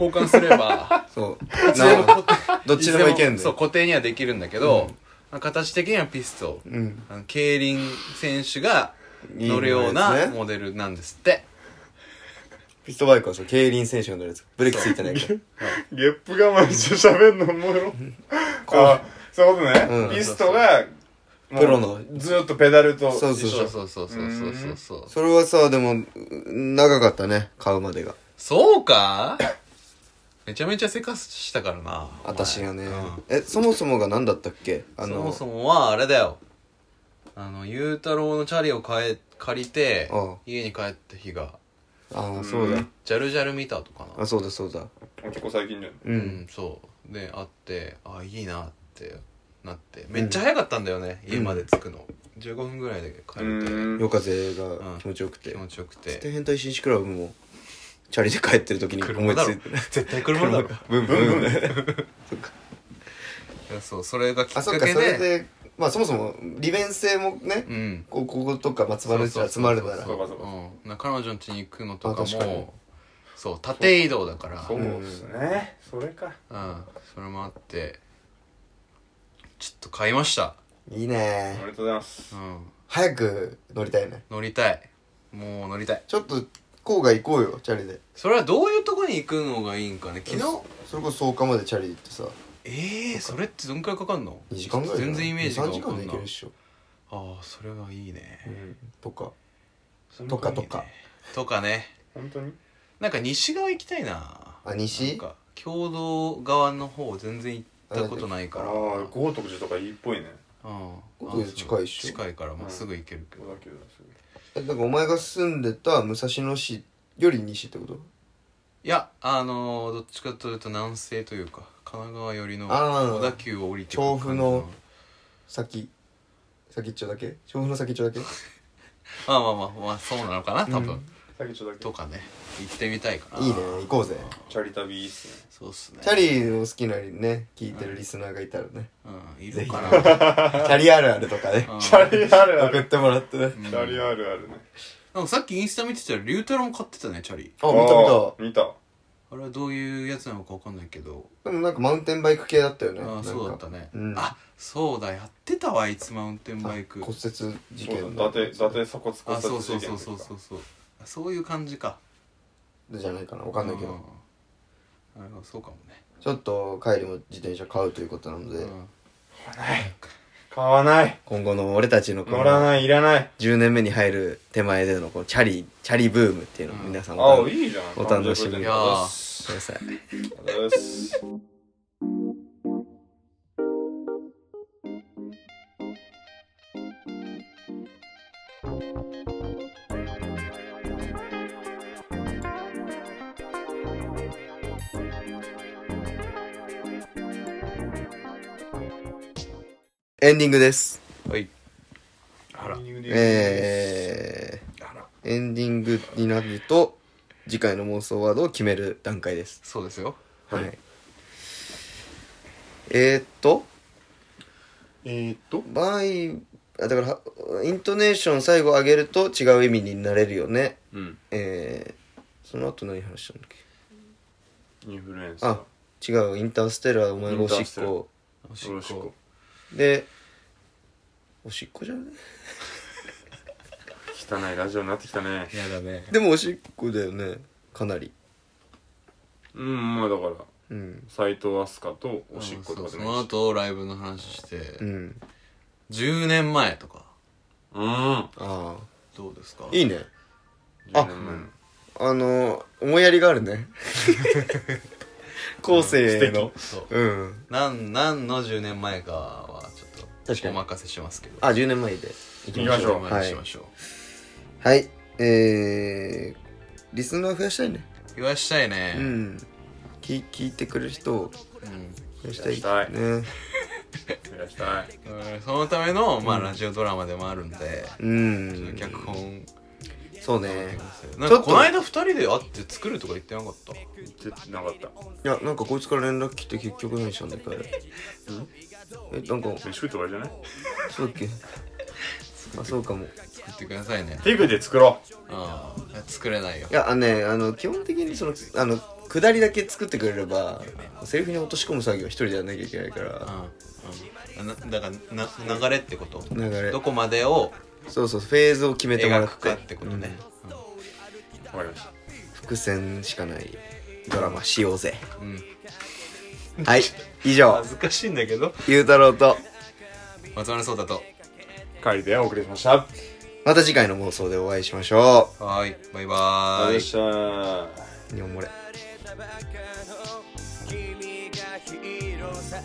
B: 交換すれ ば
A: そうなどっちでもいけん
B: いつ
A: だ
B: そう
A: よ
B: 固定にはできるんだけど、まあ形的にはピスト、
A: うん
B: あの競輪選手が
A: いい
B: 乗るような
A: やつね
B: モデルなんですって
A: ピストバイクはそう競輪選手が乗るやつブレーキついてないから
C: ゲップ我慢して喋んのおもろあそういうこと
A: うん
C: ねピストがもう
A: プロの
C: ずーっとペダルと
A: そうそう
B: そ
A: そうう
B: そうそうそうそうそうそう
A: それはさでもう長かったね買うまでが
B: そうかめちゃめちゃせかしたからなお前
A: 私がね、
B: うん
A: えそもそもが何だったっけあの
B: そもそもはあれだよあの裕太郎のチャリを買え借りて
A: ああ
B: 家に帰った日が
A: ああそうだ、
C: うん
B: ジャルジャル見たとかな
A: あそうだそうだ
C: 結構最近じゃん
A: うん、
B: うんそう
D: で会ってあいいなってなってめっちゃ早かったんだよね、家まで着くの15分ぐらいで帰れて、
A: 夜風が気持ちよくて
D: 気持ちよくて
A: で変態紳士クラブもチャリで帰ってる時に思
D: 車
A: い
D: だ
A: つ
D: ろ
A: いて
D: 絶対車だろ
A: ブンブンブン
D: いや そうそれがきっ
A: あそっ
D: か
A: か
D: け
A: それ
D: で
A: でまあそもそも利便性もね
D: うん
A: こうこことか松原市集まるなら
C: そうそうそう
D: うんな彼女の家に行くのとか
A: あ確かに
D: もそう縦移動だから
C: そううんですね。それか。
D: それもあってちょっと買いました
A: いい
C: おめ
A: ね
C: でとうございます
D: う。ん
A: 早く乗りたいね
D: 乗りたいもう乗りたい
A: ちょっと郊外行こうよチャリで
D: それはどういうとこに行くのがいいんかね昨日
A: それこそ草加までチャリで行ってさ
D: ええそれってどんくらいかかんの
A: 2時間ぐらい
D: 全然イメージが
A: 3
D: わ
A: 時
D: か
A: 間で
D: ん
A: 行
D: な
A: けるっ
D: い
A: しょ
D: ああそれはいいね
A: とか
D: それはいいね
A: とかとか
D: とかね
C: 本当に
D: なんか西側行きたいな
A: あ
D: なん
A: 西
D: か共同側の方全然行ったことない
C: あ
D: から
C: あ、豪徳寺とかいいっぽいね。
D: うん
A: ことより近いっしょ
D: 近いからま
C: う
D: あ
C: ん
D: すぐ行けるけ
C: 小
D: ど、
C: 田急だし。
A: えだからお前が住んでた武蔵野市より西ってこと
D: いやあのー、どっちかというと南西というか神奈川寄りの
A: あー
D: 小田急を降りてく
A: 調布の先先っちょだけ調布の先っちょだけ
D: まあまあまあまあそうなのかな多分、
A: うん
C: 先ちょっと
D: と
C: だ
D: かね行ってみたいかない
A: いね行こうぜ
C: け。チャリ旅いいっすね。
D: そうっすね
A: チャリを好きなね聞いてるリスナーがいたらね
D: うんいるかな
A: チャリあるあるとか ね
D: うん
C: チャリあるあ
A: 送っ
C: る。
A: てもらってね
C: チャリあるあるね。
D: なんかさっきインスタ見てたら龍太郎も買ってたねチャリ
A: あ見た見た
C: た。見た。
D: あれはどういうやつなのかわかんないけど
A: でもなんかマウンテンバイク系だったよね
D: あ
A: なん
D: あ
A: か
D: そうだったね、
A: うん
D: あそうだやってたわあいつマウンテンバイク
A: 骨折事
C: そう
A: 件
C: だ。伊達、伊達鎖骨骨
D: あそ
C: 折
D: う
C: 事
D: そうそ
C: 件
D: うそ
C: と
D: う
C: か
D: そう。そうそういう感じか
A: じゃないかなわ
D: わ
A: かんないけど
D: あれはそうかもね
A: ちょっと帰りも自転車買うということなので
D: うん
C: 買わない。
A: 今後の俺たちのこ
C: 乗ら
A: の
C: ない、いらない。
A: 10年目に入る手前でのこのチャリチャリブームっていうのを皆さん
C: あ
A: お
C: あ、いいじゃん。
A: お誕生日
D: い
C: い
D: や
C: や
D: ー
A: くださいエンディングです
D: はいあら
A: えー、エンディングになると次回の妄想ワードを決める段階です
D: そうですよ
A: はいえー、っと
C: えーっと。
A: 場合あだからはイントネーション最後上げると違う意味になれるよね
C: うん。
A: えー、その後何話したんだっけ
C: インフルエン
A: あ
C: サ
A: 違うインターステラーお前のおし
C: インタ
A: っ
C: ーステラ
A: こ
D: お
C: ー。よろしく。
A: でおしっこじゃね
C: 汚いラジオになってきたね。
D: やだね
A: でもおしっこだよねかなり
C: うん、まあだから、
A: うん
C: 斎藤飛鳥とおしっこ
D: そ
C: と
D: う
C: か
D: そ
C: でもい
D: の
C: いし。
D: 後ライブの話して
A: うん
D: 10年前とか
C: うん。
A: ああ
D: どうですか
A: いいねあ
C: 10年前の
A: あの思いやりがある ね後世への
D: そう
A: うん
D: なんなんの10年前かはちょっ
A: 確
D: と
A: か
D: お
A: に
D: 任せしますけど
A: あ10年前でい
C: 行きましょう
D: 10年前にしましょう
A: はいえー、リスナー増やしたいね
D: 言わしたいうね
A: ん聞聞いてくれる人を
D: うん
A: 増やしたい
C: 増やしたい
A: ね
C: 増やしたい。
D: うんそのためのまあラジオドラマでもあるんで
A: うん
D: 脚本
A: そうね
D: なん
A: ちょ
D: か
A: っと
D: この間2人で会って作るとか言ってなかった
C: 出てなかった。
A: いやなんかこいつから連絡来て結局何したんだっけあれえなんか
C: 飯食うとかじゃない
A: そうだっけあそうかも
D: 作ってくださいね
C: 手具で作ろう。
D: ああ作れないよ
A: いやあのねあの基本的にそのあの下りだけ作ってくれればセリフに落とし込む作業は一人でやんなきゃいけないか
D: う
A: ら
D: ん、うん、なだからな流れってこと
A: 流れ
D: どこまでを
A: そうそうフェーズを決めてもら
D: 描
A: っ
D: く
A: て
D: かってことね、
C: わかりました。
A: 伏線しかないドラマしようぜ
D: うん
A: はい以上
D: 恥ずかしいんだけど
A: ゆうたろうと
D: 松丸そうだと
C: 帰りでお送りしました。あ
A: また次回の妄想でお会いしましょ
D: はーいバイバーイ
C: した。
A: う日本漏れ
E: 君がヒーローさ